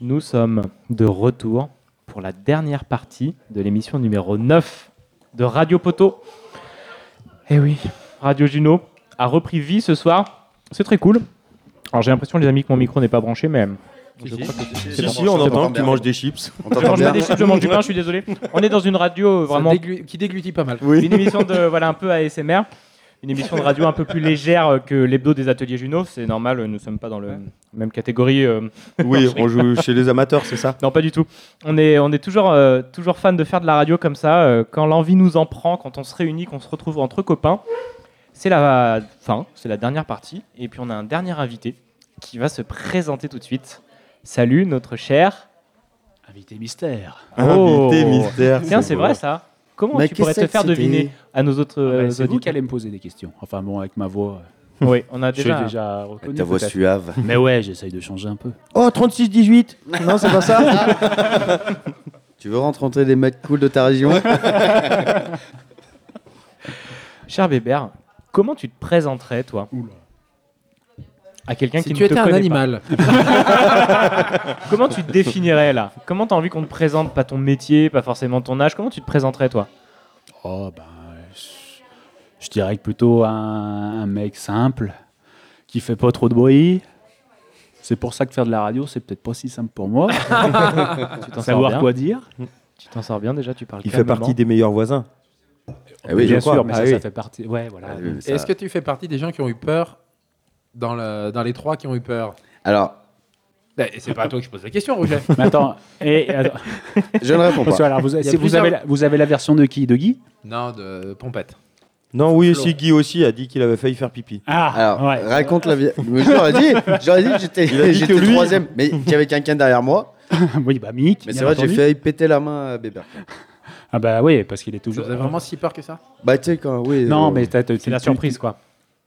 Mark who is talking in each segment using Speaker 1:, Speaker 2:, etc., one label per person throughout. Speaker 1: Nous sommes de retour pour la dernière partie de l'émission numéro 9 de Radio Poteau. Eh oui, Radio Juno a repris vie ce soir. C'est très cool. Alors j'ai l'impression, les amis, que mon micro n'est pas branché, mais je crois que
Speaker 2: Si, si, on entend que tu manges des chips.
Speaker 3: On
Speaker 1: je
Speaker 3: t'entend
Speaker 1: mange pas
Speaker 3: bien
Speaker 1: des chips, je mange du pain, je suis désolé. On est dans une radio euh,
Speaker 4: Ça
Speaker 1: vraiment
Speaker 4: déglu- qui déglutit pas mal.
Speaker 1: une émission de voilà un peu ASMR, une émission de radio un peu plus légère euh, que l'hebdo des ateliers Juno, c'est normal, euh, nous sommes pas dans la même catégorie. euh,
Speaker 2: Oui, on joue chez les amateurs, c'est ça
Speaker 1: Non, pas du tout. On est, on est toujours, euh, toujours fan de faire de la radio comme ça. euh, quand l'envie nous en prend, quand on se réunit, qu'on se retrouve entre copains, c'est la fin, c'est la dernière partie. Et puis on a un dernier invité qui va se présenter tout de suite. Salut, notre cher. Oh.
Speaker 5: Invité mystère.
Speaker 3: Euh,
Speaker 2: Invité Oh. mystère.
Speaker 1: Tiens, c'est vrai ça. Comment
Speaker 3: Mais
Speaker 1: tu pourrais te
Speaker 3: qu'est-ce que
Speaker 1: faire
Speaker 3: c'était
Speaker 1: deviner à nos autres
Speaker 5: Ah
Speaker 1: euh,
Speaker 5: ben, c'est vous qui
Speaker 1: auditeurs
Speaker 5: allez me poser des questions. Enfin bon, avec ma voix,
Speaker 1: Oui, on a
Speaker 5: je suis
Speaker 1: déjà.
Speaker 5: déjà reconnu.
Speaker 3: Ta voix
Speaker 5: peut-être.
Speaker 3: suave.
Speaker 5: Mais ouais, j'essaye de changer un peu.
Speaker 2: Oh, 36-18 Non, c'est pas ça
Speaker 3: Tu veux rencontrer des mecs cool de ta région
Speaker 1: Cher Bébert, comment tu te présenterais toi À quelqu'un
Speaker 4: Si
Speaker 1: qui
Speaker 4: tu
Speaker 1: ne te
Speaker 4: étais un
Speaker 1: connaît pas.
Speaker 4: animal,
Speaker 1: Comment tu te définirais là Comment t'as envie qu'on te présente Pas ton métier, pas forcément ton âge. Comment tu te présenterais toi
Speaker 5: Oh ben, je- je dirais que plutôt un, un mec simple, qui fait pas trop de bruit. C'est pour ça que faire de la radio, c'est peut-être pas si simple pour moi.
Speaker 1: Tu t'en sors
Speaker 5: Savoir
Speaker 1: bien.
Speaker 5: quoi dire.
Speaker 1: Tu t'en sors bien déjà. Tu parles.
Speaker 2: Il fait partie des meilleurs voisins.
Speaker 3: Eh oui,
Speaker 5: bien
Speaker 2: je crois,
Speaker 5: sûr, mais
Speaker 2: bah
Speaker 5: ça,
Speaker 2: oui.
Speaker 5: ça fait partie. Ouais, voilà.
Speaker 3: Euh, ça-
Speaker 4: est-ce que tu fais partie des gens qui ont eu peur dans, le- dans les trois qui ont eu peur
Speaker 3: Alors,
Speaker 4: Bah, C'est pas à toi que je pose la question, Roger.
Speaker 5: Mais attends, et, attends,
Speaker 3: je ne réponds
Speaker 5: parce que
Speaker 3: pas.
Speaker 5: alors, vous,
Speaker 4: Il y a
Speaker 5: si vous,
Speaker 4: plusieurs-
Speaker 5: avez la, vous avez la version de qui De Guy
Speaker 4: non, de Pompette.
Speaker 2: Non, oui,
Speaker 4: Flo.
Speaker 2: si Guy aussi a dit qu'il avait failli faire pipi.
Speaker 5: Ah,
Speaker 3: Alors,
Speaker 5: ouais.
Speaker 3: raconte la vie. Mais J'aurais dit, j'aurais dit
Speaker 2: Il
Speaker 3: que
Speaker 2: a
Speaker 3: j'étais
Speaker 2: dit que
Speaker 3: j'étais
Speaker 2: lui-
Speaker 3: troisième, mais qu'il y avait quelqu'un derrière moi.
Speaker 5: oui, bah Mick.
Speaker 3: Mais
Speaker 5: bien
Speaker 3: c'est vrai, j'ai
Speaker 5: entendu.
Speaker 3: fait péter la main à Bébert.
Speaker 5: Ah bah oui, parce qu'il est
Speaker 4: Vous
Speaker 5: toujours.
Speaker 4: avez vraiment si peur que ça
Speaker 3: Bah, tu sais, quand. Oui,
Speaker 5: Non,
Speaker 3: euh,
Speaker 5: mais t'as- t'as- tu-
Speaker 1: C'est la
Speaker 5: tu-
Speaker 1: surprise quoi.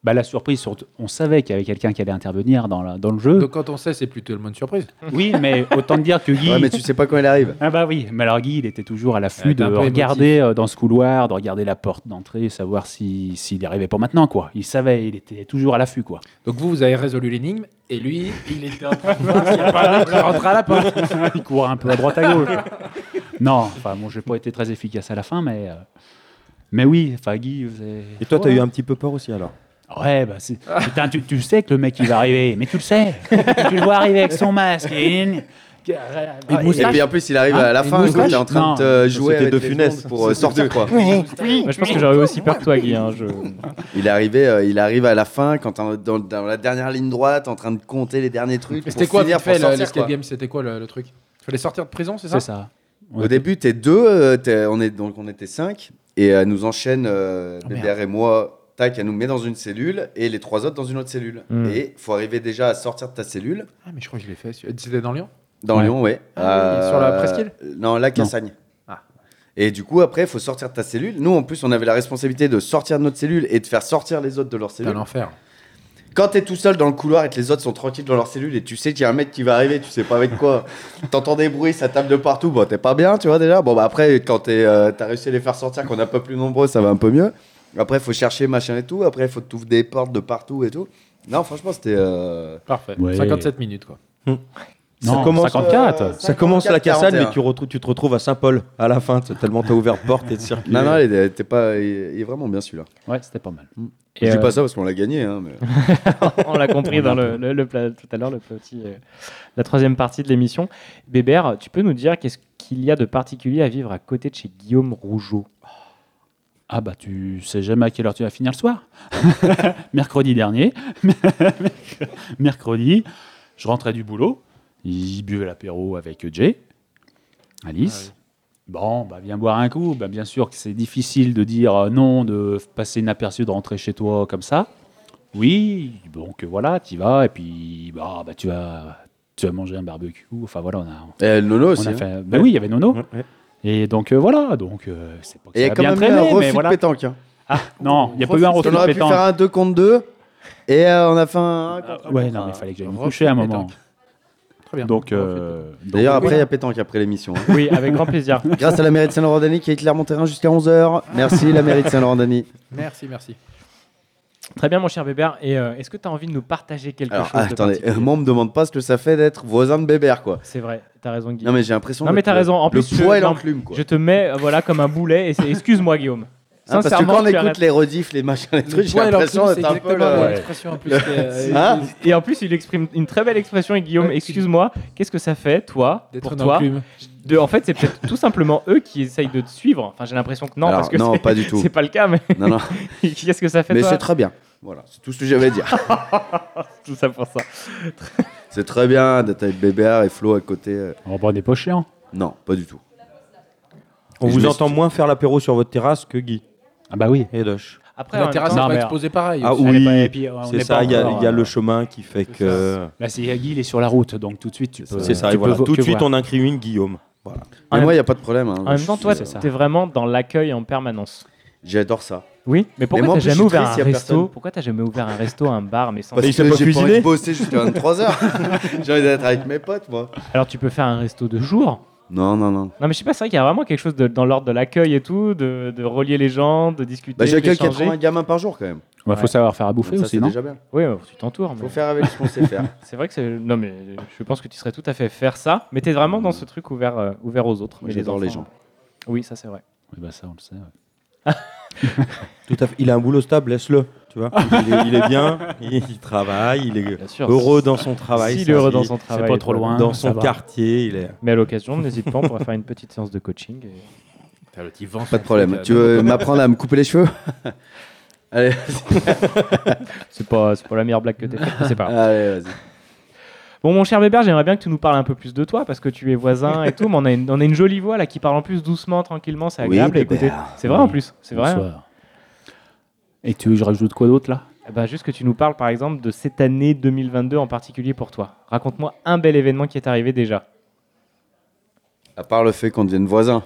Speaker 5: Bah, la surprise, surtout- on savait qu'il y avait quelqu'un qui allait intervenir dans, la- dans le jeu.
Speaker 4: Donc quand on sait, c'est plutôt le monde surprise.
Speaker 5: oui, mais autant te dire que Guy.
Speaker 3: Ouais, mais tu sais pas quand il arrive.
Speaker 5: Ah bah oui, mais alors Guy, il était toujours à
Speaker 4: Ouais,
Speaker 5: l'affût de
Speaker 4: t'es un peu
Speaker 5: regarder euh, dans ce couloir, de regarder la porte d'entrée, savoir si s'il n'y arrivait pas maintenant, quoi. Il savait, il était toujours à l'affût, quoi.
Speaker 4: Donc vous, vous avez résolu l'énigme, et lui, il était en train de voir s'il y a pas un autre qui rentrait à la porte.
Speaker 5: il courait un peu à droite à gauche. non, enfin, bon, j'ai pas été très efficace à la fin, mais... euh, Mais oui, enfin, Guy... faisait-
Speaker 2: Et toi, t'as eu un petit peu peur aussi alors
Speaker 5: Ouais, bah, c'est... Putain, tu, tu sais que le mec, il va arriver, mais tu le sais Tu le vois arriver avec son masque et une...
Speaker 3: Et puis en plus, il arrive à la
Speaker 4: Ah, Une
Speaker 3: fin, quand
Speaker 5: moustache
Speaker 3: t'es en train de te jouer
Speaker 2: C'était
Speaker 3: avec
Speaker 2: de
Speaker 3: les
Speaker 2: Funès.
Speaker 3: ondes pour euh, sortir, quoi.
Speaker 1: Moi, je pense que j'aurais aussi peur que toi, Guy. hein, je-
Speaker 3: Il est arrivé, euh, il arrive à la fin, quand t'es en- dans, dans la dernière ligne droite, en train de compter les derniers trucs.
Speaker 4: Mais
Speaker 3: pour
Speaker 4: c'était quoi,
Speaker 3: finir,
Speaker 4: vite fait,
Speaker 3: pour
Speaker 4: le-
Speaker 3: sortir,
Speaker 4: l'escape
Speaker 3: quoi.
Speaker 4: game C'était quoi le, le truc Fallait sortir de prison, c'est ça
Speaker 5: C'est ça.
Speaker 3: Au début, t'es deux, euh, t'es- on est, donc on était cinq, et euh, nous enchaîne euh,
Speaker 5: Oh,
Speaker 3: Bébert et moi, tac, elle nous met dans une cellule, et les trois autres dans une autre cellule.
Speaker 1: Hmm.
Speaker 3: Et faut arriver déjà à sortir de ta cellule,
Speaker 4: Ah, mais je crois que je l'ai fait. C'était dans Lyon
Speaker 3: dans
Speaker 5: Ouais.
Speaker 3: Lyon, ouais. Euh,
Speaker 4: Ah oui, sur la presqu'île
Speaker 3: Non, la Cassagne.
Speaker 4: Ah.
Speaker 3: Et du coup, après, faut sortir de ta cellule. Nous, en plus, on avait la responsabilité de sortir de notre cellule et de faire sortir les autres de leur
Speaker 4: C'était
Speaker 3: cellule.
Speaker 4: l'enfer.
Speaker 3: Quand t'es tout seul dans le couloir et que les autres sont tranquilles dans leur cellule et tu sais qu'il y a un mec qui va arriver, tu sais pas avec quoi, t'entends des bruits, ça tape de partout, bon t'es pas bien, tu vois déjà. Bon bah après, quand t'es, euh, t'as réussi à les faire sortir, qu'on est un peu plus nombreux, ça va un peu mieux. Après, faut chercher machin et tout, après, faut t'ouvrir des portes de partout et tout. Non, franchement, c'était. euh,
Speaker 4: Parfait.
Speaker 5: Ouais.
Speaker 4: 57 minutes, quoi.
Speaker 5: Non,
Speaker 2: Ça commence,
Speaker 5: 54
Speaker 3: euh,
Speaker 2: Ça commence à la
Speaker 3: 54,
Speaker 2: Cassagne, mais
Speaker 3: 41.
Speaker 2: tu, retrou- tu te retrouves à Saint-Paul à la fin, t'as- tellement t'as ouvert porte et circuit.
Speaker 3: Non, non, il
Speaker 1: euh,
Speaker 3: est, t'es pas, il il est vraiment bien celui-là.
Speaker 2: euh,
Speaker 5: Ouais, c'était pas mal.
Speaker 1: Et,
Speaker 3: Je dis
Speaker 1: euh,
Speaker 3: pas ça parce qu'on l'a gagné, hein, mais.
Speaker 1: on l'a compris dans le, le- le pla- tout à l'heure, le petit, euh, la troisième partie de l'émission. Bébert, tu peux nous dire qu'est-ce qu'il y a de particulier à vivre à côté de chez Guillaume Rougeau
Speaker 5: Ah bah tu sais jamais à quelle heure tu vas finir le soir. Mercredi dernier, mercredi, je rentrais du boulot, il buvait l'apéro avec Jay,
Speaker 3: Ah
Speaker 5: Alice. Bon, bah viens boire un coup. Bah, bien sûr que c'est difficile de dire euh, non, de passer inaperçu, de rentrer chez toi comme ça. Oui, donc euh, voilà, tu vas et puis bah, bah tu vas, tu vas manger un barbecue. Enfin voilà, on a,
Speaker 3: Et Nono
Speaker 5: on
Speaker 3: aussi.
Speaker 5: a
Speaker 3: hein.
Speaker 5: fait. Bah oui, il y avait Nono.
Speaker 2: Ouais, ouais.
Speaker 5: Et donc euh, voilà, donc euh, c'est pas que
Speaker 3: Et il y
Speaker 5: ça
Speaker 3: a
Speaker 5: a
Speaker 3: quand
Speaker 5: bien
Speaker 3: même eu un
Speaker 5: traîné, mais
Speaker 3: refus de
Speaker 5: voilà.
Speaker 3: pétanque. hein.
Speaker 5: Non, il n'y a pas eu un
Speaker 3: On
Speaker 5: refus de
Speaker 3: aurait pu
Speaker 5: pétanque.
Speaker 3: faire un 2 contre 2 et euh, on a fait un.
Speaker 5: Ah, Ouais, non, mais il fallait que j'aille me coucher à un
Speaker 4: Refus de
Speaker 5: moment.
Speaker 4: Très bien.
Speaker 5: Donc, euh, donc-
Speaker 3: D'ailleurs, après, il y a pétanque après l'émission. hein.
Speaker 1: Oui, avec grand plaisir.
Speaker 3: Grâce à la mairie de Saint-Laurent-Dany qui éclaire mon terrain jusqu'à 11h. Merci, la mairie de Saint-Laurent-Dany.
Speaker 4: Merci, merci.
Speaker 1: Très bien, mon cher Bébert. Et euh, est-ce que tu as envie de nous partager quelque
Speaker 3: Alors,
Speaker 1: chose de
Speaker 3: attendez,
Speaker 1: particulier
Speaker 3: moi, on me demande pas ce que ça fait d'être voisin de Bébert, quoi.
Speaker 1: C'est vrai, t'as raison, Guillaume.
Speaker 3: Non, mais j'ai l'impression.
Speaker 1: Non, mais
Speaker 3: d'être
Speaker 1: t'as
Speaker 3: le-
Speaker 1: raison. En
Speaker 3: Le
Speaker 1: plus, je,
Speaker 3: poids et
Speaker 1: non,
Speaker 3: l'enclume, quoi.
Speaker 1: je te mets euh, voilà comme un boulet. Et c'est- excuse-moi, Guillaume.
Speaker 3: Hein, parce que
Speaker 1: Sincèrement,
Speaker 3: quand on
Speaker 1: tu as
Speaker 3: écoute les rediffs, les machins, les trucs, j'ai
Speaker 4: Ouais, alors,
Speaker 3: l'impression
Speaker 4: c'est
Speaker 3: d'être un peu. euh,
Speaker 4: exactement
Speaker 3: le-
Speaker 4: la-
Speaker 5: le-
Speaker 4: l'expression en plus euh, qui est-
Speaker 3: Hein
Speaker 1: raison. Et en plus, il exprime une très belle expression. Et Guillaume,
Speaker 4: Ouais.
Speaker 1: excuse-moi, qu'est-ce que ça fait, toi,
Speaker 4: d'être
Speaker 1: pour
Speaker 4: une
Speaker 1: toi
Speaker 4: enclume.
Speaker 1: de, En fait, c'est peut-être tout simplement eux qui essayent de te suivre. Enfin, j'ai l'impression que non,
Speaker 3: Alors,
Speaker 1: parce que
Speaker 3: non,
Speaker 1: c'est-
Speaker 3: pas du tout.
Speaker 1: c'est pas le cas. Mais
Speaker 3: Non, non.
Speaker 1: qu'est-ce que ça fait,
Speaker 3: Mais
Speaker 1: toi
Speaker 3: c'est très bien. Voilà, c'est tout ce que j'avais à dire.
Speaker 1: Tout ça pour ça.
Speaker 3: C'est très bien d'être avec Bébert et Flo à côté. euh,
Speaker 5: Oh, bah, on n'est pas chiant.
Speaker 3: Non, pas du tout.
Speaker 2: On
Speaker 3: Et je
Speaker 2: vous
Speaker 3: me-
Speaker 2: entend moins faire l'apéro sur votre terrasse que Guy
Speaker 5: Ah bah oui.
Speaker 2: et Eh, Doche.
Speaker 1: Après, en
Speaker 4: La
Speaker 1: même
Speaker 4: terrasse
Speaker 1: temps-
Speaker 5: non,
Speaker 4: va
Speaker 5: mais-
Speaker 4: exposer pareil.
Speaker 2: Ah
Speaker 4: aussi.
Speaker 5: Elle est
Speaker 2: oui,
Speaker 5: pas- et puis, euh, on
Speaker 2: C'est
Speaker 5: n'est
Speaker 2: ça,
Speaker 5: pas
Speaker 2: il y, a-
Speaker 5: encore,
Speaker 2: il y a
Speaker 5: euh,
Speaker 2: le chemin qui fait que.
Speaker 5: Là, c'est Guy, il est sur la route, donc tout de suite, tu peux.
Speaker 2: C'est ça,
Speaker 5: tu
Speaker 2: et voilà.
Speaker 5: peux vo-
Speaker 2: tout
Speaker 5: que
Speaker 2: de suite
Speaker 5: voir.
Speaker 2: on incrimine Guillaume. Voilà.
Speaker 1: En
Speaker 3: Mais
Speaker 1: même-
Speaker 3: moi, il n'y a pas de problème. hein.
Speaker 1: En même temps, toi,
Speaker 5: c'est ça.
Speaker 1: t'es vraiment dans l'accueil en permanence.
Speaker 3: J'adore ça.
Speaker 1: Oui, mais pourquoi
Speaker 3: moi, en
Speaker 1: t'as
Speaker 3: plus, je
Speaker 1: jamais
Speaker 3: suis
Speaker 1: ouvert
Speaker 3: triste,
Speaker 1: un
Speaker 3: y a
Speaker 1: resto
Speaker 3: personne.
Speaker 1: Pourquoi t'as jamais ouvert un resto, un bar, mais sans
Speaker 3: Parce
Speaker 2: il sait
Speaker 3: que
Speaker 2: pas
Speaker 3: j'ai pas envie
Speaker 2: cuisiner.
Speaker 3: de bosser jusqu'à 23h. j'ai envie d'être avec mes potes, moi.
Speaker 1: Alors tu peux faire un resto de jour.
Speaker 3: Non, non, non.
Speaker 1: Non mais je sais pas, c'est vrai qu'il y a vraiment quelque chose de- dans l'ordre de l'accueil et tout, de, de relier les gens, de discuter,
Speaker 3: Bah, j'accueille
Speaker 1: d'échanger.
Speaker 3: 80 gamins par jour, quand même.
Speaker 5: Bah, faut
Speaker 1: Ouais.
Speaker 5: savoir faire à bouffer
Speaker 3: Donc Ça,
Speaker 5: aussi,
Speaker 3: c'est
Speaker 5: non
Speaker 3: déjà bien.
Speaker 1: Oui, euh, tu t'entoures. mais
Speaker 3: Faut faire avec ce qu'on sait faire.
Speaker 1: C'est vrai que c'est... Non mais je pense que tu serais tout à fait faire ça, mais t'es vraiment dans ce truc ouvert, euh, ouvert aux autres.
Speaker 3: Moi,
Speaker 1: Mais
Speaker 3: j'adore les
Speaker 1: enfants, euh, Oui, ça c'est vrai.
Speaker 5: Oui, bah, ça, on le sait. ouais.
Speaker 2: Tout à fait. Il a un boulot stable, laisse-le. Tu vois, il, est, il est bien, il, il travaille, il est
Speaker 1: Ah, Bien sûr.
Speaker 2: heureux dans son travail.
Speaker 1: S'il
Speaker 2: ça,
Speaker 1: est heureux dans
Speaker 2: il-
Speaker 1: son travail.
Speaker 5: pas trop
Speaker 1: voilà.
Speaker 5: loin.
Speaker 2: dans
Speaker 5: ça
Speaker 2: son
Speaker 5: va.
Speaker 2: quartier, il est.
Speaker 1: Mais à l'occasion, n'hésite pas, on pourra faire une petite séance de coaching. et-
Speaker 4: Putain, le petit vent,
Speaker 3: Pas
Speaker 4: son
Speaker 3: de problème.
Speaker 4: truc,
Speaker 3: Tu
Speaker 1: euh,
Speaker 4: là.
Speaker 3: veux m'apprendre à me couper les cheveux Allez,
Speaker 1: C'est pas, c'est pas la meilleure blague que t'aies faite, mais c'est pas grave.
Speaker 3: allez, vas-y.
Speaker 1: Bon, mon cher Bébert, j'aimerais bien que tu nous parles un peu plus de toi parce que tu es voisin et tout, mais on a une, on a une jolie voix là qui parle en plus doucement, tranquillement, c'est
Speaker 3: Oui,
Speaker 1: agréable à écouter.
Speaker 3: Bébert.
Speaker 1: C'est vrai en plus, c'est vrai. hein.
Speaker 5: Bonsoir. Et tu veux que je rajoute quoi d'autre là
Speaker 1: Eh ben, juste que tu nous parles par exemple de cette année 2022 en particulier pour toi. Raconte-moi un bel événement qui est arrivé déjà.
Speaker 3: À part le fait qu'on devienne voisins.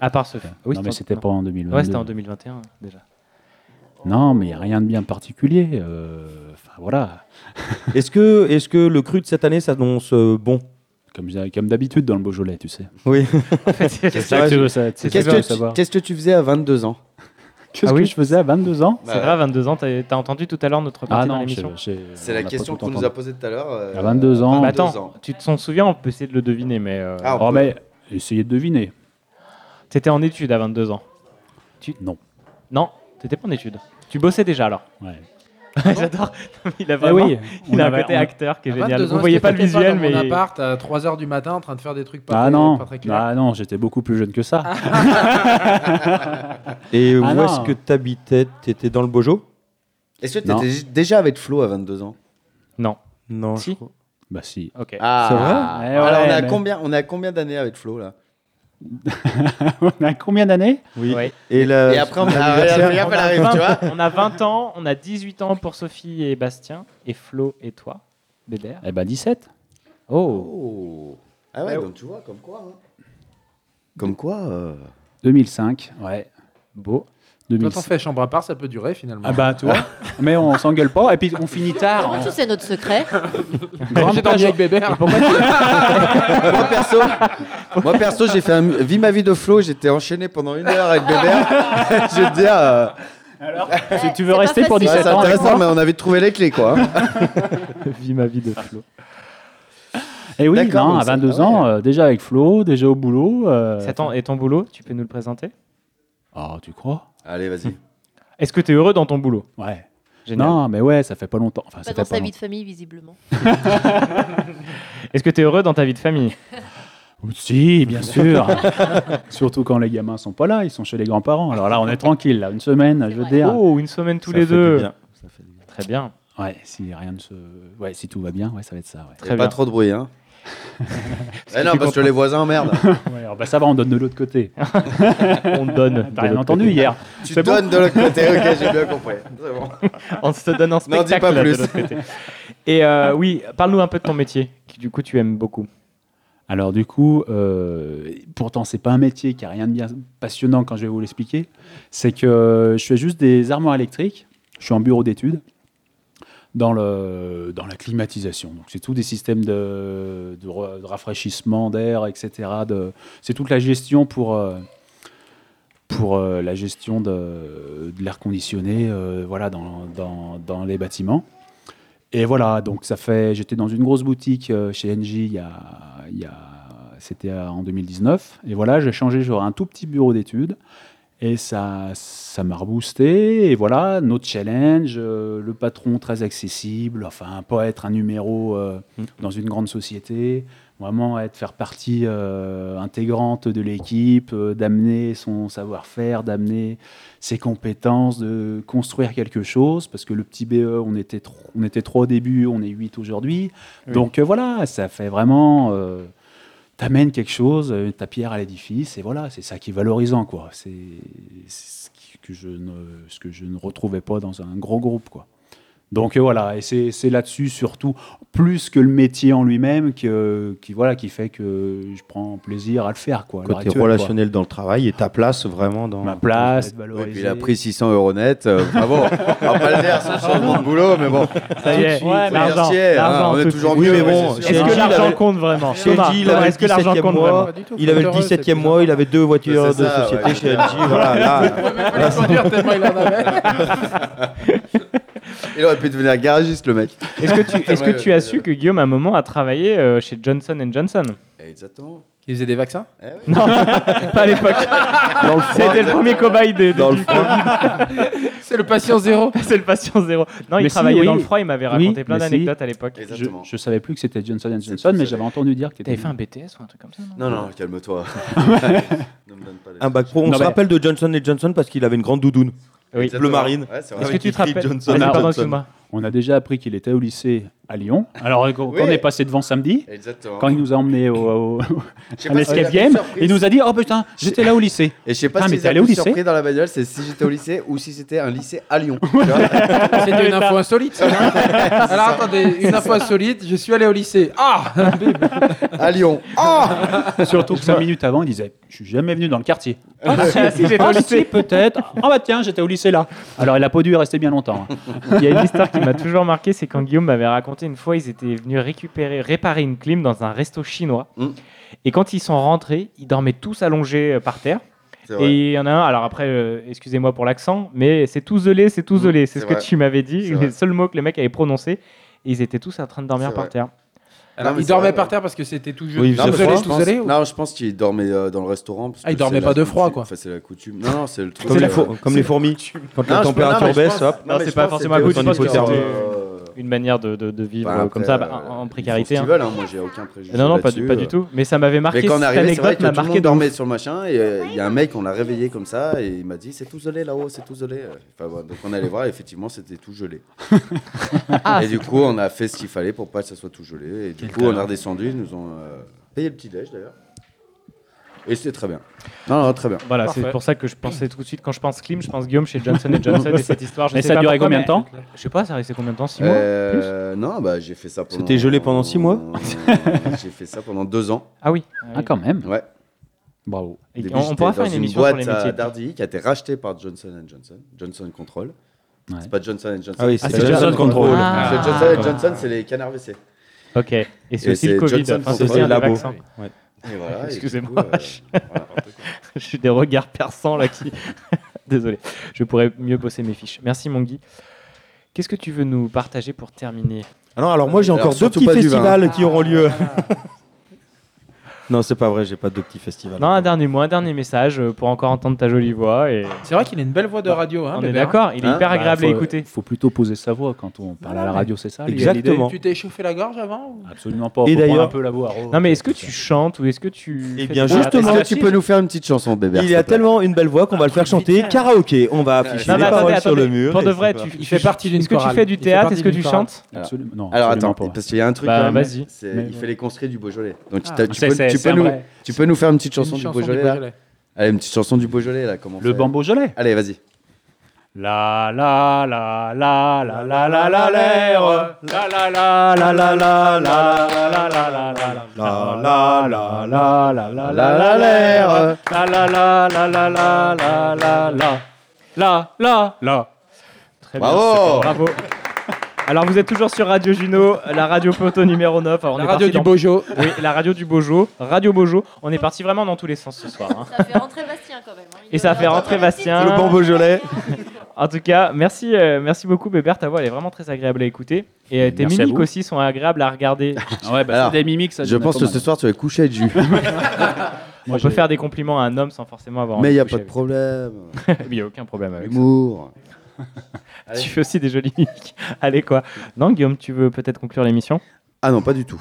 Speaker 1: À part ce fait. Oui,
Speaker 5: Non, mais c'était pas en 2022.
Speaker 1: Ouais, c'était en 2021 déjà.
Speaker 5: Non, mais il n'y a rien de bien particulier. euh, Enfin, voilà.
Speaker 2: Est-ce que, est-ce que le cru de cette année s'annonce euh, bon
Speaker 5: Comme, comme d'habitude dans le Beaujolais, tu sais.
Speaker 2: Oui.
Speaker 1: En fait, c'est-
Speaker 5: C'est ça que tu veux, ça- c'est ça
Speaker 3: Qu'est-ce
Speaker 5: que tu veux
Speaker 3: que, tu-
Speaker 5: savoir.
Speaker 3: qu'est-ce que tu faisais à 22 ans
Speaker 5: Qu'est-ce
Speaker 1: Ah oui
Speaker 5: que je faisais à 22 ans
Speaker 3: Bah,
Speaker 1: c'est vrai, à 22 ans, t'as t'as entendu tout à l'heure notre partie
Speaker 5: Ah
Speaker 1: dans
Speaker 5: non,
Speaker 1: l'émission.
Speaker 5: je- je-
Speaker 3: C'est
Speaker 5: on
Speaker 3: la
Speaker 5: n'a pas
Speaker 3: question
Speaker 5: tout
Speaker 3: qu'on nous
Speaker 5: entendu.
Speaker 3: a posée tout à l'heure. euh,
Speaker 5: À 22 ans.
Speaker 1: Mais
Speaker 3: 22
Speaker 1: Bah, attends, tu t'en souviens, on peut essayer de le deviner, mais euh,
Speaker 3: Ah, on
Speaker 5: Oh,
Speaker 3: peut-
Speaker 5: mais essayez de deviner.
Speaker 1: t'étais en études à 22 ans.
Speaker 5: Non.
Speaker 1: Non, t'étais pas en études. Tu bossais déjà alors.
Speaker 5: Ouais.
Speaker 1: J'adore. Il a
Speaker 5: Ah
Speaker 1: vraiment.
Speaker 5: on
Speaker 1: Eh il a un
Speaker 5: avait-
Speaker 1: côté
Speaker 5: on-
Speaker 1: acteur qui est
Speaker 4: À
Speaker 1: génial.
Speaker 4: 22
Speaker 1: Vous
Speaker 4: ans,
Speaker 1: voyez
Speaker 4: j'étais
Speaker 1: pas le
Speaker 4: peut-être
Speaker 1: visuel,
Speaker 4: dans
Speaker 1: mais
Speaker 4: Mon appart à 3h du matin en train de faire des trucs pas,
Speaker 5: Ah
Speaker 4: très,
Speaker 5: non,
Speaker 4: pas très clairs.
Speaker 5: ah non, j'étais beaucoup plus jeune que ça.
Speaker 2: Et
Speaker 5: Ah
Speaker 2: où
Speaker 5: non.
Speaker 2: est-ce que t'habitais T'étais dans le Beaujolais
Speaker 3: Est-ce que
Speaker 5: Non.
Speaker 3: t'étais déjà avec Flo à 22 ans
Speaker 1: non.
Speaker 2: Non.
Speaker 1: Si.
Speaker 5: Bah si.
Speaker 1: Ok.
Speaker 3: Ah,
Speaker 5: C'est vrai Eh
Speaker 3: Alors,
Speaker 5: ouais,
Speaker 3: on, est à
Speaker 5: mais-
Speaker 3: combien, on est à combien d'années avec Flo là
Speaker 5: On a combien d'années
Speaker 2: Oui.
Speaker 1: Ouais.
Speaker 2: Et, la-
Speaker 3: Et Ah, après, on a,
Speaker 2: l'anniversaire.
Speaker 3: regarde,
Speaker 1: On
Speaker 3: elle
Speaker 1: a
Speaker 3: arrive, tu vois.
Speaker 1: 20 on a 20 ans, on a 18 ans pour Sophie et Bastien, et Flo et toi, Bébert.
Speaker 5: Eh ben 17.
Speaker 1: Oh.
Speaker 3: Oh. Ah ouais, donc tu vois, comme quoi. hein. Comme quoi euh,
Speaker 5: 2005. Ouais. Beau.
Speaker 4: Quand on
Speaker 5: 2005.
Speaker 4: fait chambre à part, ça peut durer finalement.
Speaker 5: Ah bah tu vois. mais on s'engueule pas et puis on finit tard.
Speaker 6: Comment tu sais notre secret
Speaker 4: J'ai dormi avec Bébert. hein.
Speaker 3: Moi perso, moi perso, j'ai fait un vie ma vie de Flo, j'étais enchaîné pendant une heure avec Bébert. je veux dire, euh,
Speaker 6: Ouais,
Speaker 5: tu veux
Speaker 6: c'est pas
Speaker 5: rester pour
Speaker 6: facile.
Speaker 5: 17
Speaker 3: ouais, c'est
Speaker 5: ans avec
Speaker 3: intéressant, mais on avait trouvé les clés quoi. hein.
Speaker 1: Vie ma vie de Flo.
Speaker 5: Et Eh oui,
Speaker 3: D'accord,
Speaker 5: non,
Speaker 3: donc
Speaker 5: à
Speaker 3: ça-
Speaker 5: 22
Speaker 3: ah
Speaker 5: ans, euh, déjà avec Flo, déjà au boulot. euh,
Speaker 1: Satan, et ton boulot, tu peux nous le présenter
Speaker 5: Ah, tu crois
Speaker 3: Allez, vas-y.
Speaker 1: Est-ce que tu es heureux dans ton boulot
Speaker 5: Ouais.
Speaker 1: Génial.
Speaker 5: Non, mais ouais, ça fait pas longtemps. Enfin, ça
Speaker 6: Pas
Speaker 5: fait pas
Speaker 6: dans sa vie
Speaker 5: longtemps.
Speaker 6: de famille, visiblement.
Speaker 1: Est-ce que tu es heureux dans ta vie de famille
Speaker 5: Si, bien sûr. Surtout quand les gamins sont pas là, ils sont chez les grands-parents. Alors là, on est tranquille, là, une semaine, je veux
Speaker 6: vrai.
Speaker 5: dire.
Speaker 1: Oh, une semaine tous
Speaker 2: Ça
Speaker 1: les
Speaker 2: fait
Speaker 1: deux.
Speaker 2: du bien. Ça fait du bien.
Speaker 1: Très bien.
Speaker 5: Ouais, si rien ne se, ouais, si tout va bien, ouais, ça va être ça. ouais.
Speaker 1: Très
Speaker 3: Et
Speaker 1: bien.
Speaker 3: Pas trop de bruit hein. Eh non,
Speaker 5: tu
Speaker 3: parce que les voisins merde.
Speaker 5: Ouais, alors, bah, ça va, on donne de l'autre côté.
Speaker 1: On donne.
Speaker 5: T'as rien entendu hier.
Speaker 3: Tu
Speaker 1: C'est bon
Speaker 3: donnes de l'autre côté, ok, j'ai bien compris. C'est bon.
Speaker 1: On se donne un spectacle.
Speaker 3: dis pas
Speaker 1: là, de
Speaker 3: plus.
Speaker 1: l'autre côté. Et euh, oui, parle-nous un peu de ton métier, qui du coup tu aimes beaucoup.
Speaker 5: Alors du coup, euh, pourtant c'est pas un métier qui a rien de bien passionnant quand je vais vous l'expliquer. C'est que euh, je fais juste des armoires électriques. Je suis en bureau d'études dans le dans la climatisation. Donc c'est tout des systèmes de, de ra- de rafraîchissement d'air, etc. de- c'est toute la gestion pour euh, pour pour euh, la gestion de, de l'air conditionné euh, voilà, dans, dans- dans les bâtiments. Et voilà, donc ça fait. J'étais dans une grosse boutique euh, chez NJ il y a. il y a- C'était euh, en 2019. Et voilà, j'ai changé sur un tout petit bureau d'études. Et ça ça m'a reboosté. Et voilà, nos challenges, euh, le patron très accessible, enfin, pas être un numéro euh, dans une grande société, vraiment être faire partie euh, intégrante de l'équipe, euh, d'amener son savoir-faire, d'amener ses compétences, de construire quelque chose. Parce que le petit BE, on était, tro- on était trois au début, on est huit aujourd'hui.
Speaker 1: Oui.
Speaker 5: Donc euh, voilà, ça fait vraiment. euh, t'amènes quelque chose, euh, ta pierre à l'édifice, et voilà, c'est ça qui est valorisant, quoi. C'est c'est ce qui- que je ne, ce que je ne retrouvais pas dans un gros groupe, quoi. Donc euh, voilà, et c'est c'est là-dessus surtout, plus que le métier en lui-même, que, qui, voilà, qui fait que je prends plaisir à le faire, quoi. à l'heure
Speaker 2: Côté
Speaker 5: actuelle, quoi.
Speaker 2: relationnel dans le travail et ta place vraiment dans.
Speaker 5: Ma place,
Speaker 3: Ouais, puis
Speaker 5: valoriser.
Speaker 3: il a pris 600 euros net. euh, bravo. on va pas le dire, c'est un changement de boulot, mais bon.
Speaker 1: Ça y est, ouais, l'argent.
Speaker 3: Financier, hein,
Speaker 1: l'argent,
Speaker 3: on est
Speaker 1: tout de
Speaker 3: toujours
Speaker 1: suite.
Speaker 2: Oui,
Speaker 3: mieux.
Speaker 2: mais
Speaker 3: ouais,
Speaker 2: bon,
Speaker 3: c'est
Speaker 2: chez
Speaker 3: sûr.
Speaker 1: Est-ce que
Speaker 2: Angie, il
Speaker 1: l'argent
Speaker 2: avait-
Speaker 1: compte vraiment
Speaker 2: Chez
Speaker 1: Thomas,
Speaker 2: LG, il
Speaker 1: Thomas,
Speaker 2: avait
Speaker 1: Est-ce que
Speaker 2: le
Speaker 1: l'argent
Speaker 2: 17e
Speaker 1: compte
Speaker 2: mois.
Speaker 1: vraiment
Speaker 2: Il avait le 17e mois, il avait deux voitures de
Speaker 3: C'est ça,
Speaker 2: société
Speaker 3: ouais.
Speaker 2: chez euh, LG. Voilà, là,
Speaker 3: Il aurait pu devenir garagiste, le mec.
Speaker 1: Est-ce que tu, est-ce que
Speaker 3: Ouais,
Speaker 1: tu
Speaker 3: ouais,
Speaker 1: as
Speaker 3: ouais.
Speaker 1: su que Guillaume, à un moment, a travaillé euh, chez Johnson Johnson
Speaker 3: Exactement.
Speaker 4: Ils faisaient des vaccins
Speaker 1: Non, pas à l'époque. C'était le premier cobaye de, de-
Speaker 2: dans le
Speaker 1: du-
Speaker 2: froid.
Speaker 4: C'est le patient zéro.
Speaker 1: C'est le patient zéro. Non, il
Speaker 5: Mais si,
Speaker 1: travaillait
Speaker 5: oui.
Speaker 1: dans le froid, il m'avait raconté
Speaker 5: Oui,
Speaker 1: plein
Speaker 5: mais si.
Speaker 1: d'anecdotes à l'époque.
Speaker 5: Je,
Speaker 3: Exactement.
Speaker 5: je savais plus que c'était Johnson Johnson,
Speaker 3: tout,
Speaker 5: mais
Speaker 3: c'est
Speaker 5: j'avais
Speaker 3: vrai.
Speaker 5: entendu dire que t'étais.
Speaker 1: T'avais fait un BTS ou un truc comme ça
Speaker 3: Non, non, calme-toi. ne me donne pas les-
Speaker 2: Un bac pro. On
Speaker 5: Non,
Speaker 2: se
Speaker 5: mais-
Speaker 2: rappelle de Johnson Johnson parce qu'il avait une grande doudoune.
Speaker 1: Oui.
Speaker 3: Exactement.
Speaker 2: Bleu marine.
Speaker 3: Ouais, c'est vrai.
Speaker 1: Est-ce que tu te rappelles
Speaker 2: Johnson,
Speaker 1: Vas-y,
Speaker 5: Arnold
Speaker 1: pardon,
Speaker 2: Johnson.
Speaker 1: excuse-moi.
Speaker 5: On a déjà appris qu'il était au lycée à Lyon. Alors quand,
Speaker 3: Oui.
Speaker 5: quand on est passé devant samedi,
Speaker 3: Exactement.
Speaker 5: quand il nous a emmenés au, au-
Speaker 3: Je sais
Speaker 5: à
Speaker 3: pas si
Speaker 5: l'escape
Speaker 3: il a
Speaker 5: game,
Speaker 3: fait surprise.
Speaker 5: il nous a dit Oh putain, j'étais là au lycée.
Speaker 3: Et je sais pas
Speaker 5: Ah,
Speaker 3: si
Speaker 5: mais
Speaker 3: il
Speaker 5: t'es
Speaker 3: a
Speaker 5: allé au
Speaker 3: plus
Speaker 5: lycée
Speaker 3: surpris dans la bagnole, c'est si j'étais au lycée ou si c'était un lycée à Lyon. Tu vois Ah
Speaker 4: C'était une info insolite. ça, hein Alors attendez, une info insolite. Je suis allé au lycée. Ah
Speaker 3: à Lyon. Ah
Speaker 5: Surtout que cinq minutes avant, il disait Je suis jamais venu dans le quartier.
Speaker 1: Ah, si, j'étais au
Speaker 5: Ah,
Speaker 1: lycée.
Speaker 5: si, peut-être. Ah bah tiens, j'étais au lycée là. Alors il a pas dû rester bien longtemps. hein.
Speaker 1: Il y a une histoire qui m'a toujours marqué, c'est quand Guillaume m'avait raconté une fois, ils étaient venus récupérer, réparer une clim dans un resto chinois.
Speaker 3: Mm.
Speaker 1: Et quand ils sont rentrés, ils dormaient tous allongés euh, par terre.
Speaker 3: C'est
Speaker 1: Et
Speaker 3: vrai.
Speaker 1: il y en a un, alors après, euh, excusez-moi pour l'accent, mais c'est tout zelé, c'est tout
Speaker 3: Mm,
Speaker 1: zelé. C'est
Speaker 3: c'est
Speaker 1: ce que
Speaker 3: vrai.
Speaker 1: tu m'avais dit,
Speaker 3: C'est
Speaker 1: les
Speaker 3: vrai.
Speaker 1: seuls mots que les mecs avaient prononcés. Et ils étaient tous en train de dormir
Speaker 3: C'est
Speaker 1: par
Speaker 3: vrai.
Speaker 1: terre.
Speaker 4: Alors,
Speaker 3: Non, mais
Speaker 4: Il
Speaker 3: c'est
Speaker 4: dormait
Speaker 3: vrai,
Speaker 4: par
Speaker 3: ouais.
Speaker 4: terre parce que c'était tout jeune.
Speaker 2: Oui, il faisait
Speaker 3: Non, mais
Speaker 2: froid,
Speaker 3: je
Speaker 4: tout
Speaker 3: pense,
Speaker 4: zélé, ou-
Speaker 3: non, je pense qu'il dormait euh, dans le restaurant. parce
Speaker 4: Ah, il
Speaker 3: que
Speaker 4: dormait
Speaker 3: c'est
Speaker 4: pas
Speaker 3: la
Speaker 4: de froid,
Speaker 3: coutume.
Speaker 4: quoi.
Speaker 3: Enfin, c'est la coutume. Non, non, c'est le truc.
Speaker 2: Comme les,
Speaker 3: euh,
Speaker 2: four- comme les fourmis. Quand
Speaker 3: Non,
Speaker 2: la
Speaker 3: je-
Speaker 2: température
Speaker 3: non, mais je
Speaker 2: baisse,
Speaker 3: pense-
Speaker 2: hop.
Speaker 1: Non,
Speaker 3: mais
Speaker 1: c'est
Speaker 3: je
Speaker 1: pas
Speaker 3: pense
Speaker 1: forcément
Speaker 3: que
Speaker 1: à cause
Speaker 3: c'était
Speaker 1: du
Speaker 3: aussi
Speaker 1: podcast,
Speaker 3: sur,
Speaker 1: c'est
Speaker 3: euh,
Speaker 1: Une manière de, de- de vivre
Speaker 3: bah,
Speaker 1: euh, comme ça,
Speaker 3: après,
Speaker 1: bah, en- en,
Speaker 3: euh,
Speaker 1: précarité.
Speaker 3: ils font
Speaker 1: hein.
Speaker 3: ce qu'ils veulent, hein, moi j'ai aucun préjugé.
Speaker 1: Non, non, pas du,
Speaker 3: là-dessus,
Speaker 1: pas
Speaker 3: euh.
Speaker 1: du tout. Mais ça m'avait marqué.
Speaker 3: Mais quand on
Speaker 1: cette
Speaker 3: est arrivé, c'est vrai
Speaker 1: anecdote
Speaker 3: que
Speaker 1: m'a
Speaker 3: tout le
Speaker 1: marqué.
Speaker 3: monde
Speaker 1: de ouf.
Speaker 3: dormait sur le machin et euh, il y a un mec, on l'a réveillé comme ça et il m'a dit c'est tout gelé là-haut, c'est tout gelé. Enfin, voilà, donc on allait voir, effectivement c'était tout gelé.
Speaker 2: Ah.
Speaker 3: et du coup on a fait ce qu'il fallait pour pas que ça soit tout gelé. Et du coup on a redescendu, ils nous ont euh, payé le petit déj d'ailleurs. Et c'était très bien. Non, non, très bien.
Speaker 1: Voilà,
Speaker 4: Parfait.
Speaker 1: c'est pour ça que je pensais tout de suite, quand je pense Klim, je pense Guillaume chez Johnson Johnson et cette histoire. Je
Speaker 5: Et
Speaker 1: sais
Speaker 5: ça a
Speaker 1: pas
Speaker 5: duré
Speaker 1: pourquoi,
Speaker 5: combien
Speaker 1: mais-
Speaker 5: de temps
Speaker 1: Je sais pas, ça restait combien de temps 6 mois
Speaker 3: Euh, non, bah j'ai fait ça pendant.
Speaker 2: C'était gelé pendant six mois
Speaker 3: J'ai fait ça pendant deux ans.
Speaker 1: Ah oui.
Speaker 5: Ah quand même.
Speaker 3: Ouais.
Speaker 5: Bravo.
Speaker 1: Et
Speaker 3: Au début,
Speaker 1: on- on,
Speaker 3: j'étais
Speaker 1: pourra faire
Speaker 3: dans
Speaker 1: une émission
Speaker 3: boîte euh,
Speaker 1: sur les
Speaker 3: à
Speaker 1: métiers.
Speaker 3: Dardilly qui a été rachetée par Johnson Johnson, Johnson Control.
Speaker 5: Ouais.
Speaker 3: C'est pas Johnson Johnson.
Speaker 2: Ah oui,
Speaker 1: Ah,
Speaker 2: c'est
Speaker 1: c'est
Speaker 2: Johnson
Speaker 1: Johnson
Speaker 2: Control.
Speaker 1: Control. Ah.
Speaker 3: Parce que Johnson
Speaker 1: d'accord.
Speaker 3: Johnson, c'est les canards WC.
Speaker 1: Ok. Et c'est
Speaker 3: Et
Speaker 1: aussi le
Speaker 3: c'est
Speaker 1: Covid.
Speaker 3: Johnson
Speaker 1: Enfin,
Speaker 3: Control.
Speaker 1: c'est aussi
Speaker 2: C'est
Speaker 1: un des
Speaker 2: labo.
Speaker 1: vaccins.
Speaker 3: Et voilà, et
Speaker 1: Excusez-moi,
Speaker 3: du coup, euh,
Speaker 1: vache.
Speaker 3: voilà.
Speaker 1: J'ai des regards perçants là qui. Désolé. Je pourrais mieux bosser mes fiches. Merci mon Guy. Qu'est-ce que tu veux nous partager pour terminer
Speaker 2: Alors, alors moi j'ai
Speaker 3: Alors,
Speaker 2: encore deux
Speaker 3: surtout
Speaker 2: petits
Speaker 3: pas du vin.
Speaker 2: festivals qui auront lieu. Non, c'est pas vrai, j'ai pas deux petits festivals.
Speaker 1: Non, un dernier mot, un dernier message euh, pour encore entendre ta jolie voix. Et...
Speaker 4: C'est vrai qu'il a une belle
Speaker 3: Bah,
Speaker 4: voix de radio. Hein,
Speaker 1: on est
Speaker 4: bébé, hein.
Speaker 1: d'accord, il est
Speaker 3: Hein
Speaker 1: hyper
Speaker 5: Ah, Bah,
Speaker 1: agréable
Speaker 5: faut-
Speaker 1: à écouter.
Speaker 5: Faut plutôt poser sa voix quand on parle à la radio, c'est ça l'idée
Speaker 2: Exactement.
Speaker 4: Tu t'es chauffé la gorge avant ou-
Speaker 5: Absolument pas.
Speaker 2: Et
Speaker 5: Faut prendre
Speaker 2: d'ailleurs-
Speaker 5: un peu la voix.
Speaker 1: Non, mais est-ce que tu chantes ou est-ce que tu.
Speaker 2: Eh
Speaker 1: fais
Speaker 2: bien,
Speaker 1: des-
Speaker 2: justement,
Speaker 3: Est-ce que
Speaker 2: si,
Speaker 3: tu peux nous faire une petite chanson, bébé
Speaker 2: Il y a tellement une belle voix qu'on va le faire chanter karaoké. On va afficher
Speaker 1: Non,
Speaker 2: les
Speaker 1: mais
Speaker 2: paroles
Speaker 1: attendez,
Speaker 2: sur le
Speaker 1: attendez.
Speaker 2: mur.
Speaker 1: Pour de
Speaker 2: et
Speaker 1: vrai,
Speaker 2: c'est
Speaker 1: tu
Speaker 4: Il fait partie d'une
Speaker 1: Est-ce que tu
Speaker 4: chorale.
Speaker 1: fais du
Speaker 4: Il fait
Speaker 1: théâtre
Speaker 4: partie
Speaker 1: Est-ce que
Speaker 4: d'une
Speaker 1: tu
Speaker 4: chorale.
Speaker 1: chantes
Speaker 5: Absolument. Non,
Speaker 3: Alors
Speaker 5: absolument
Speaker 3: attends,
Speaker 5: pas.
Speaker 3: parce qu'il y a un truc.
Speaker 1: Bah,
Speaker 3: quand même,
Speaker 1: vas-y.
Speaker 3: c'est-
Speaker 5: Mais-
Speaker 3: Il fait les conscrits du Beaujolais. Donc tu
Speaker 4: Ah,
Speaker 3: t'as- tu
Speaker 5: c'est-
Speaker 3: peux-
Speaker 5: c'est-
Speaker 3: tu
Speaker 5: c'est
Speaker 3: peux
Speaker 5: un
Speaker 3: nous-
Speaker 5: vrai.
Speaker 3: tu peux nous faire une petite
Speaker 4: Une
Speaker 3: chanson du
Speaker 4: chanson du
Speaker 3: Beaujolais là
Speaker 4: Beaujolais.
Speaker 3: Allez, une petite chanson du Beaujolais là, comment
Speaker 5: Le
Speaker 3: ça-
Speaker 5: bambou gelé.
Speaker 3: Allez, vas-y.
Speaker 5: La la la la la la la la l'air. La la la la la la la la la la la la.
Speaker 2: Ah,
Speaker 5: La la la la la la la la l'air.
Speaker 3: Ah,
Speaker 5: La la la la la la la la la. La la la.
Speaker 1: Très
Speaker 3: Bravo
Speaker 1: bien. Bravo. Alors vous êtes toujours sur Radio Juno, la radio poteau numéro 9. Alors, on
Speaker 4: La
Speaker 1: est
Speaker 4: radio
Speaker 1: parti
Speaker 4: du
Speaker 1: dans-
Speaker 4: Bojo.
Speaker 1: Oui, la radio du Bojo, Radio Bojo. On est parti vraiment dans tous les sens ce soir. hein.
Speaker 6: Ça fait rentrer Bastien quand même. hein.
Speaker 1: Et ça a fait rentrer Bastien.
Speaker 2: Le bon Beaujolais.
Speaker 1: En tout cas, merci, euh, merci beaucoup, Bébert. Ta voix, elle est vraiment très agréable à écouter. Et euh, tes
Speaker 5: Merci à
Speaker 1: mimiques
Speaker 5: vous.
Speaker 1: aussi sont agréables à regarder.
Speaker 5: Ah ouais, bah,
Speaker 3: Alors,
Speaker 5: c'est des mimiques, ça
Speaker 3: Je
Speaker 5: donne
Speaker 3: pense
Speaker 5: pas
Speaker 3: que
Speaker 5: mal.
Speaker 3: ce soir, tu vas coucher à jus.
Speaker 5: Moi,
Speaker 1: On peut
Speaker 5: j'ai-
Speaker 1: faire des compliments à un homme sans forcément avoir.
Speaker 3: Mais il
Speaker 1: envie
Speaker 3: n'y a
Speaker 1: coucher
Speaker 3: pas de problème.
Speaker 1: avec. Il n'y a aucun problème avec ça.
Speaker 3: Humour.
Speaker 1: Tu fais aussi des jolies mimiques. Allez, quoi. Non, Guillaume, tu veux peut-être conclure l'émission
Speaker 3: Ah non, pas du tout.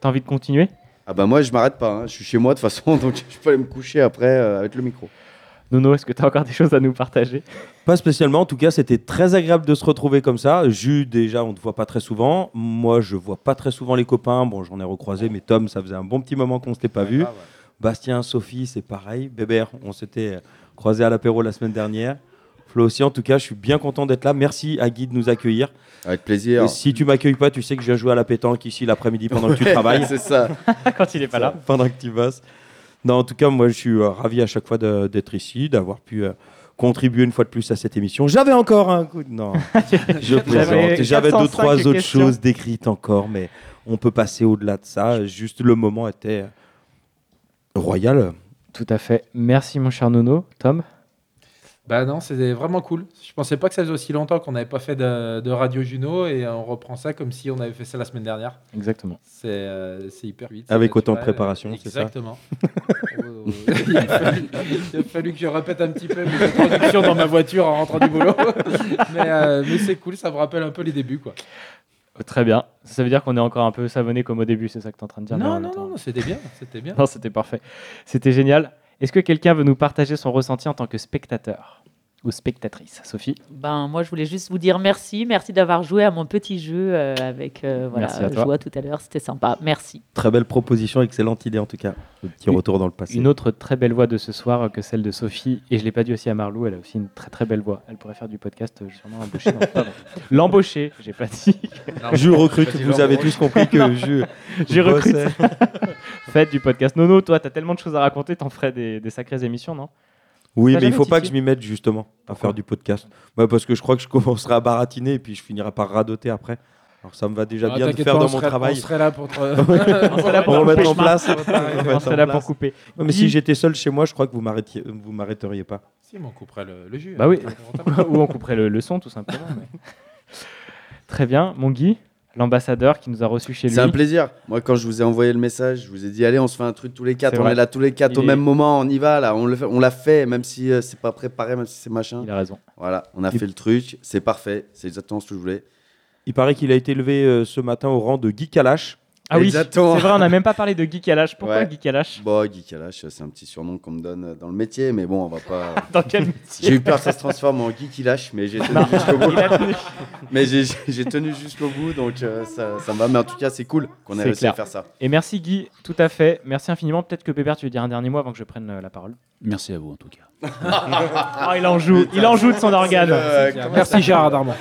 Speaker 1: T'as envie de continuer
Speaker 3: Ah bah moi, je m'arrête pas. hein. Je suis chez moi de toute façon, donc je peux aller me coucher après euh, avec le micro.
Speaker 1: Nono, est-ce que t'as encore des choses à nous partager
Speaker 2: Pas spécialement, en tout cas, c'était très agréable de se retrouver comme ça. Jus, déjà, on ne te voit pas très souvent. Moi, je vois pas très souvent les copains. Bon, j'en ai recroisé, mais Tom, ça faisait un bon petit moment qu'on ne s'était pas vu.
Speaker 5: ah,
Speaker 2: Bastien, Sophie, c'est pareil. Bébert, on s'était croisé à l'apéro la semaine dernière. Flo aussi, en tout cas, je suis bien content d'être là. Merci à Guy de nous accueillir.
Speaker 3: Avec plaisir.
Speaker 2: Et si tu m'accueilles pas, tu sais que je viens jouer à la pétanque ici l'après-midi pendant que tu
Speaker 3: Ouais,
Speaker 2: travailles.
Speaker 3: C'est ça.
Speaker 1: Quand il est pas là.
Speaker 2: Pendant que tu bosses. Non, en tout cas, moi, je suis euh, ravi à chaque fois de- d'être ici, d'avoir pu euh, contribuer une fois de plus à cette émission. J'avais encore un coup de... Non, je plaisante. J'avais deux,
Speaker 1: 405
Speaker 2: trois autres
Speaker 1: questions.
Speaker 2: choses décrites encore, mais on peut passer au-delà de ça. Juste le moment était euh, royal.
Speaker 1: Tout à fait. Merci, mon cher Nono. Tom
Speaker 4: Bah non, c'était vraiment cool. Je pensais pas que ça faisait aussi longtemps qu'on n'avait pas fait de, de Radio Juno et euh, on reprend ça comme si on avait fait ça la semaine dernière.
Speaker 1: Exactement.
Speaker 4: C'est euh, c'est hyper vite. c'est
Speaker 2: Avec autant de
Speaker 4: naturel.
Speaker 2: préparation, c'est ça
Speaker 4: Exactement. Oh, oh, oh. il, a fallu, il a fallu que je répète un petit peu mes introductions dans ma voiture en rentrant du boulot. mais euh, mais c'est cool, ça me rappelle un peu les débuts quoi.
Speaker 1: Euh, Très bien. Ça veut dire qu'on est encore un peu savonné comme au début, c'est ça que t'es en train de dire mais en
Speaker 4: Non,
Speaker 1: même
Speaker 4: non,
Speaker 1: temps-
Speaker 4: non, non, c'était bien, c'était bien.
Speaker 1: Non, c'était parfait. C'était génial. Est-ce que quelqu'un veut nous partager son ressenti en tant que spectateur ou spectatrice Sophie
Speaker 6: Ben, moi, je voulais juste vous dire merci. Merci d'avoir joué à mon petit jeu euh, avec euh,
Speaker 1: Merci à
Speaker 6: voilà,
Speaker 1: toi.
Speaker 6: Joie tout à l'heure. C'était sympa. Merci.
Speaker 2: Très belle proposition, excellente idée en tout cas. Le petit
Speaker 1: Une-
Speaker 2: retour dans le passé.
Speaker 1: Une autre très belle voix de ce soir euh, que celle de Sophie. Et je ne l'ai pas dit aussi à Marlou, elle a aussi une très très belle voix. Elle pourrait faire du podcast, euh, sûrement embauchée. dans- pardon. L'embauchée, j'ai pas dit.
Speaker 2: Je recrute, vous avez tous compris que je,
Speaker 1: J'ai recrute.
Speaker 2: bossais.
Speaker 1: Faites du podcast. Nono, toi, t'as tellement de choses à raconter, t'en ferais des, des sacrées émissions, non
Speaker 2: Oui,
Speaker 1: T'as
Speaker 2: mais il
Speaker 1: jamais
Speaker 2: faut pas que
Speaker 1: titillé
Speaker 2: je m'y mette justement à faire du podcast. Bah, parce que je crois que je commencerai à baratiner et puis je finirai par radoter après. Alors ça me va déjà
Speaker 4: Ah,
Speaker 2: bien de
Speaker 4: t'inquiète
Speaker 2: faire
Speaker 4: pas,
Speaker 2: dans
Speaker 4: on
Speaker 2: mon
Speaker 4: serait-
Speaker 2: travail.
Speaker 4: On serait là pour te.
Speaker 1: serait là
Speaker 2: pour
Speaker 1: on
Speaker 2: remettre
Speaker 1: fait
Speaker 2: en
Speaker 1: chemin.
Speaker 2: place.
Speaker 1: On
Speaker 2: Ouais,
Speaker 1: serait
Speaker 2: en
Speaker 1: là pour
Speaker 2: place.
Speaker 1: couper.
Speaker 2: Ouais, mais si j'étais seul chez moi, je crois que vous m'arrêtiez- vous m'arrêteriez pas.
Speaker 4: Si, mais on couperait le, le jus.
Speaker 1: Bah oui.
Speaker 4: hein.
Speaker 1: Ou on couperait le, le son, tout simplement. mais- Très bien. Mon Guy, l'ambassadeur qui nous a reçus chez lui.
Speaker 3: C'est un plaisir. Moi, quand je vous ai envoyé le message, je vous ai dit allez, on se fait un truc tous les
Speaker 1: C'est
Speaker 3: quatre. On
Speaker 1: vrai.
Speaker 3: est là tous les quatre
Speaker 1: Il
Speaker 3: au
Speaker 1: est-
Speaker 3: même moment. On y va là. On le fait. On l'a fait, même si euh, c'est pas préparé, même si c'est machin.
Speaker 1: Il a raison.
Speaker 3: Voilà, on a fait le truc. C'est parfait. C'est exactement ce que je voulais.
Speaker 2: Il paraît qu'il a été élevé euh, ce matin au rang de Guy Kalash.
Speaker 1: Ah oui, c'est
Speaker 3: Exactement.
Speaker 1: vrai, on n'a même pas parlé de Guy Kalash. Pourquoi
Speaker 3: Ouais.
Speaker 1: Guy Kalash
Speaker 3: Bon, Guy Kalash, c'est un petit surnom qu'on me donne euh, dans le métier, mais bon, on va pas.
Speaker 1: Dans quel métier
Speaker 3: J'ai eu peur que ça se transforme en Guy qui lâche, mais j'ai tenu jusqu'au bout.
Speaker 1: Il a tenu-
Speaker 3: Mais j'ai- j'ai tenu jusqu'au bout, donc euh, ça, ça me va. Mais en tout cas, c'est cool qu'on ait
Speaker 1: C'est
Speaker 3: réussi
Speaker 1: clair.
Speaker 3: à faire ça.
Speaker 1: Et merci Guy, tout à fait. Merci infiniment. Peut-être que Bébert, tu veux dire un dernier mot avant que je prenne euh, la parole.
Speaker 5: Merci à vous en tout cas.
Speaker 1: Ah, il en joue, il en joue de son organe.
Speaker 3: euh,
Speaker 4: Merci Gérard Darmon.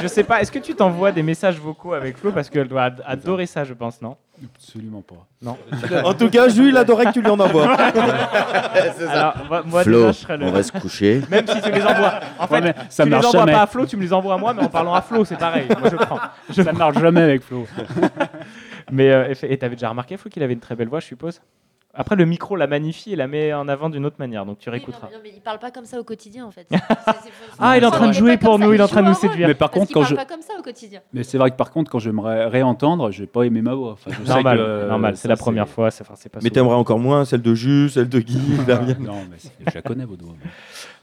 Speaker 1: Je sais pas, est-ce que tu t'envoies des messages vocaux avec Flo parce qu'elle doit ad- adorer ça, je pense, non
Speaker 5: Absolument pas.
Speaker 2: En tout cas, Jules, il adorait que tu lui en envoies.
Speaker 1: Alors, moi, moi,
Speaker 3: Flo,
Speaker 1: déjà, je serais le.
Speaker 3: on va se coucher.
Speaker 1: Même si tu les envoies. En fait,
Speaker 5: Ouais, mais ça
Speaker 1: tu les
Speaker 5: marche
Speaker 1: envoies
Speaker 5: jamais.
Speaker 1: pas à Flo, tu me les envoies à moi, mais en parlant à Flo, c'est pareil. Moi, je prends.
Speaker 5: Ça ne marche jamais avec Flo.
Speaker 1: Mais euh, eff- et t'avais déjà remarqué, Flo, qu'il avait une très belle voix, je suppose Après, le micro la magnifie et la met en avant d'une autre manière, donc tu
Speaker 6: Oui,
Speaker 1: réécouteras.
Speaker 6: non, mais non, mais il parle pas comme ça au quotidien en fait.
Speaker 1: Ah, il est en train de jouer pour nous, il est en train de nous séduire.
Speaker 5: Mais par contre, quand je,
Speaker 6: parle pas comme ça au quotidien.
Speaker 5: mais c'est vrai que par contre, quand je vais me ré- réentendre, je vais pas aimer ma voix. Enfin, je sais
Speaker 1: Normal,
Speaker 5: que, euh,
Speaker 1: normal, c'est
Speaker 5: ça,
Speaker 1: la première fois, c'est enfin, c'est pas
Speaker 2: Mais
Speaker 1: souvent.
Speaker 2: t'aimerais encore moins celle de Jus, celle de Guy, la mienne.
Speaker 5: Non, mais c'est- je la connais vos doigts.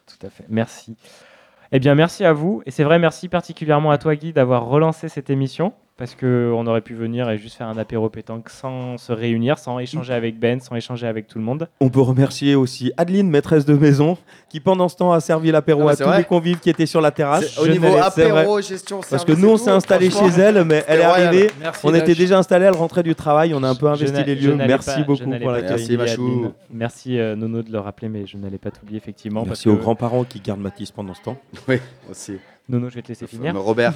Speaker 1: Tout à fait. Merci. Eh bien, merci à vous. Et c'est vrai, merci particulièrement à toi, Guy, d'avoir relancé cette émission. Parce qu'on aurait pu venir et juste faire un apéro pétanque sans se réunir, sans échanger avec Ben, sans échanger avec tout le monde.
Speaker 2: On peut remercier aussi Adeline, maîtresse de maison, qui pendant ce temps a servi l'apéro
Speaker 3: Ah bah,
Speaker 2: à
Speaker 3: c'est
Speaker 2: tous
Speaker 3: vrai.
Speaker 2: les convives qui étaient sur la terrasse.
Speaker 3: C'est- Au
Speaker 2: Je
Speaker 3: niveau
Speaker 2: n'allais- c'est vrai.
Speaker 3: apéro, gestion,
Speaker 2: Parce que nous, on s'est installé chez elle, mais elle est
Speaker 3: royal.
Speaker 2: arrivée.
Speaker 4: Merci.
Speaker 2: On était
Speaker 4: Nash.
Speaker 2: déjà installé, elle rentrait du travail, on a un peu investi
Speaker 1: Je n'a-
Speaker 2: les
Speaker 1: je
Speaker 2: lieux.
Speaker 1: n'allais
Speaker 2: Merci
Speaker 1: pas- je
Speaker 2: beaucoup
Speaker 1: n'allais
Speaker 2: pour
Speaker 1: pas
Speaker 2: l'accueil.
Speaker 3: Merci,
Speaker 1: t'oublier,
Speaker 3: Machou.
Speaker 1: Adeline. Merci, euh, Nono, de le rappeler, mais je n'allais pas t'oublier, effectivement. parce
Speaker 2: Merci
Speaker 1: que,
Speaker 2: aux grands-parents qui gardent Matisse pendant ce temps.
Speaker 3: Oui, aussi.
Speaker 1: Nono, je vais te laisser finir.
Speaker 3: Mais Robert,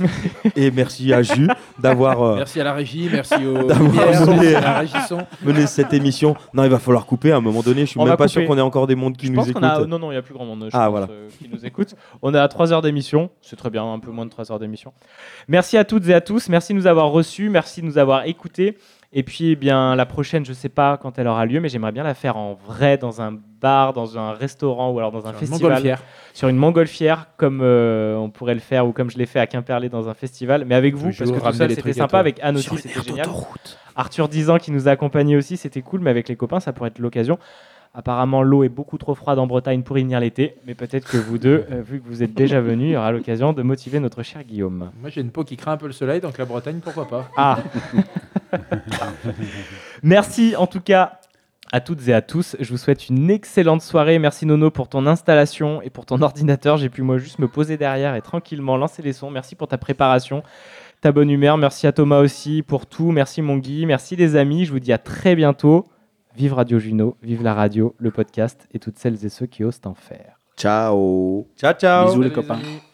Speaker 2: Et merci à Jus d'avoir euh,
Speaker 4: Merci à la régie, merci aux
Speaker 2: D'avoir
Speaker 4: lumières,
Speaker 2: joué.
Speaker 4: merci à la régisson.
Speaker 2: mené cette émission. Non, il va falloir couper à un moment donné. Je suis
Speaker 1: On
Speaker 2: même
Speaker 1: va
Speaker 2: pas
Speaker 1: couper.
Speaker 2: sûr qu'on ait encore des mondes qui
Speaker 1: Je
Speaker 2: nous
Speaker 1: pense
Speaker 2: écoutent.
Speaker 1: qu'on a. Non, non, il n'y a plus grand monde je
Speaker 2: Ah,
Speaker 1: pense,
Speaker 2: voilà.
Speaker 1: euh, qui nous écoute. On est à 3 heures d'émission. C'est très bien, un peu moins de 3 heures d'émission. Merci à toutes et à tous. Merci de nous avoir reçus. Merci de nous avoir écoutés. Et puis, eh bien, la prochaine, je sais pas quand elle aura lieu, mais j'aimerais bien la faire en vrai, dans un bar, dans un restaurant ou alors dans un festival
Speaker 4: Montgolfière.
Speaker 1: sur une montgolfière comme euh, on pourrait le faire ou comme je l'ai fait à Quimperlé dans un festival, mais avec vous,
Speaker 4: Toujours
Speaker 1: parce que tout
Speaker 4: ramener
Speaker 1: seul
Speaker 4: les
Speaker 1: c'était
Speaker 4: trucs à
Speaker 1: sympa,
Speaker 4: toi.
Speaker 1: avec Anne aussi c'était génial. Arthur Dizan qui nous a accompagnés aussi, c'était cool, mais avec les copains ça pourrait être l'occasion. Apparemment l'eau est beaucoup trop froide en Bretagne pour y venir l'été, mais peut-être que vous deux, euh, vu que vous êtes déjà venus, il y aura l'occasion de motiver notre cher Guillaume.
Speaker 4: Moi, j'ai une peau qui craint un peu le soleil, donc la Bretagne, pourquoi pas
Speaker 1: Ah Merci en tout cas à toutes et à tous. Je vous souhaite une excellente soirée. Merci Nono pour ton installation et pour ton ordinateur. J'ai pu moi juste me poser derrière et tranquillement lancer les sons. Merci pour ta préparation, ta bonne humeur. Merci à Thomas aussi pour tout. Merci mon Guy. Merci les amis. Je vous dis à très bientôt. Vive Radio Juno, vive la radio, le podcast et toutes celles et ceux qui osent en faire.
Speaker 3: Ciao
Speaker 2: Ciao, ciao.
Speaker 5: Bisous les
Speaker 4: Allez,
Speaker 5: copains.
Speaker 4: amis.